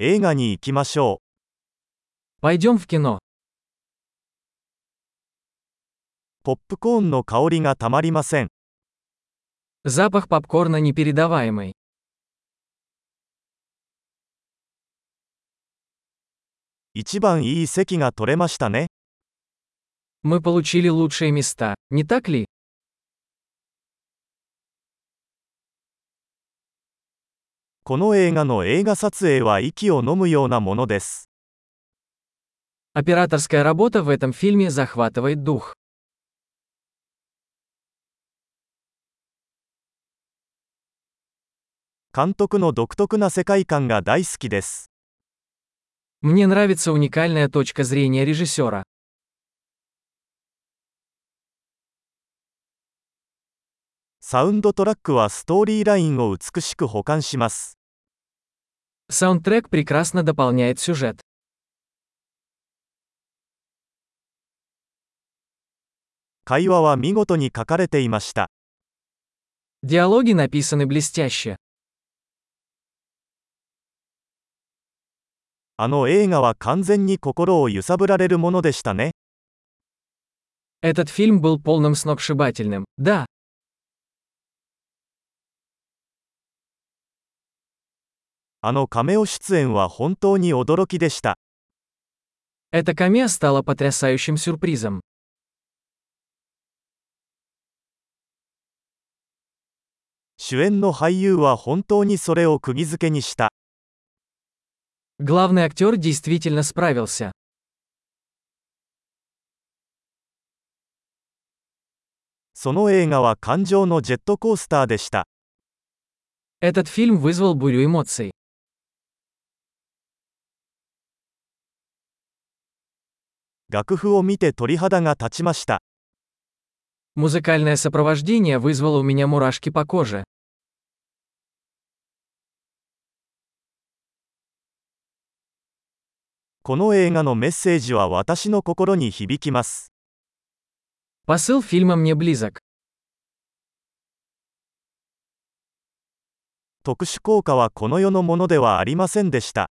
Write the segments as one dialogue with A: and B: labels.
A: 映画に行きましょ
B: Пойдем в кино.
A: う。ポップコーンの香りがたまりません。
B: Запах попкорна непередаваемый.
A: 一番いい席が取れましたね。
B: Мы получили лучшие места, не так ли?
A: この映画の映画撮影は息を飲むようなものです。
B: Операторская работа в этом фильме захватывает дух.
A: 監督の独特な世界観が大好きです。
B: Мне нравится уникальная точка зрения режиссера.
A: サウンドトラックはストーリーラインを美しく保管します。
B: Саундтрек прекрасно дополняет сюжет.
A: 会話は見事に書かれていました。
B: Диалоги написаны блестяще.
A: あの映画は完全に心を揺さぶられるものでしたね。
B: Этот фильм был полным сногсшибательным. Да,
A: あのカメオ出演は本当に驚きでした。
B: это камео стало потрясающим сюрпризом.
A: 主演の俳優は本当にそれを釘付けにした。
B: Главный актер действительно справился.
A: その映画は感情のジェットコースターでした。
B: Этот фильм вызвал бурю эмоций.
A: 楽譜を見て鳥肌が立ちました。
B: Музыкальное сопровождение вызвало у меня мурашки по коже.
A: この映画のメッセージは私の心に響きます。
B: Посыл фильма мне близок.
A: 特殊効果はこの世のものではありませんでした。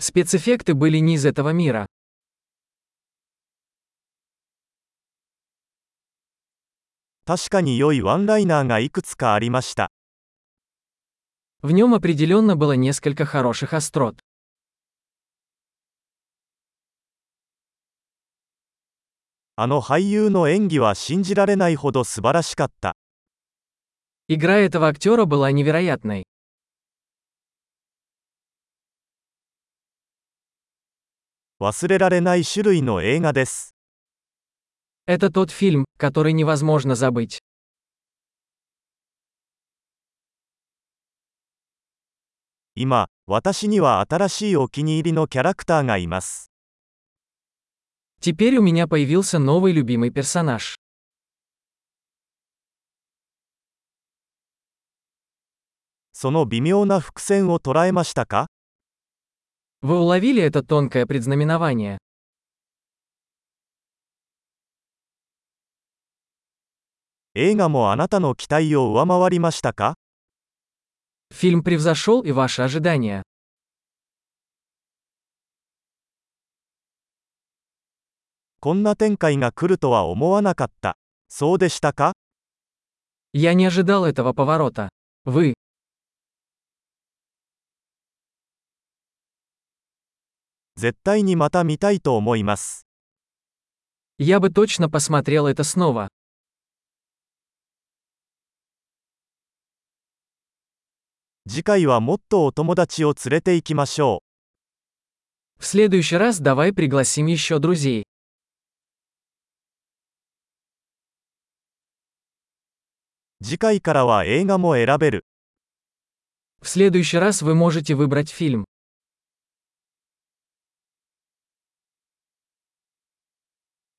B: Спецэффекты были не из этого мира.
A: 確かに良いワンライナーがいくつかありました。
B: В нем определенно было несколько хороших острот.
A: あの俳優の演技は信じられないほど素晴らしかった。
B: Игра этого актера была невероятной.
A: 忘れられない種類の映画です。
B: Это тот фильм, который невозможно забыть.
A: 今、私には新しいお気に入りのキャラクターがいます。
B: Теперь у меня появился новый любимый персонаж.
A: その微妙な伏線を捉えましたか
B: Вы уловили это тонкое предзнаменование?
A: 映画もあなたの期待を上回りましたか
B: Фильм превзошел и ваши ожидания.
A: こんな展開が来るとは思わなかった。そうでしたか
B: Я не ожидал этого поворота. Вы.
A: 絶対にまた見たいと思います。
B: Я бы точно посмотрел это снова.
A: 次回はもっとお友達を連れて行きましょう。
B: В следующий раз давай пригласим еще друзей.
A: Д 次回からは映画も選べる。
B: В следующий раз вы можете выбрать фильм.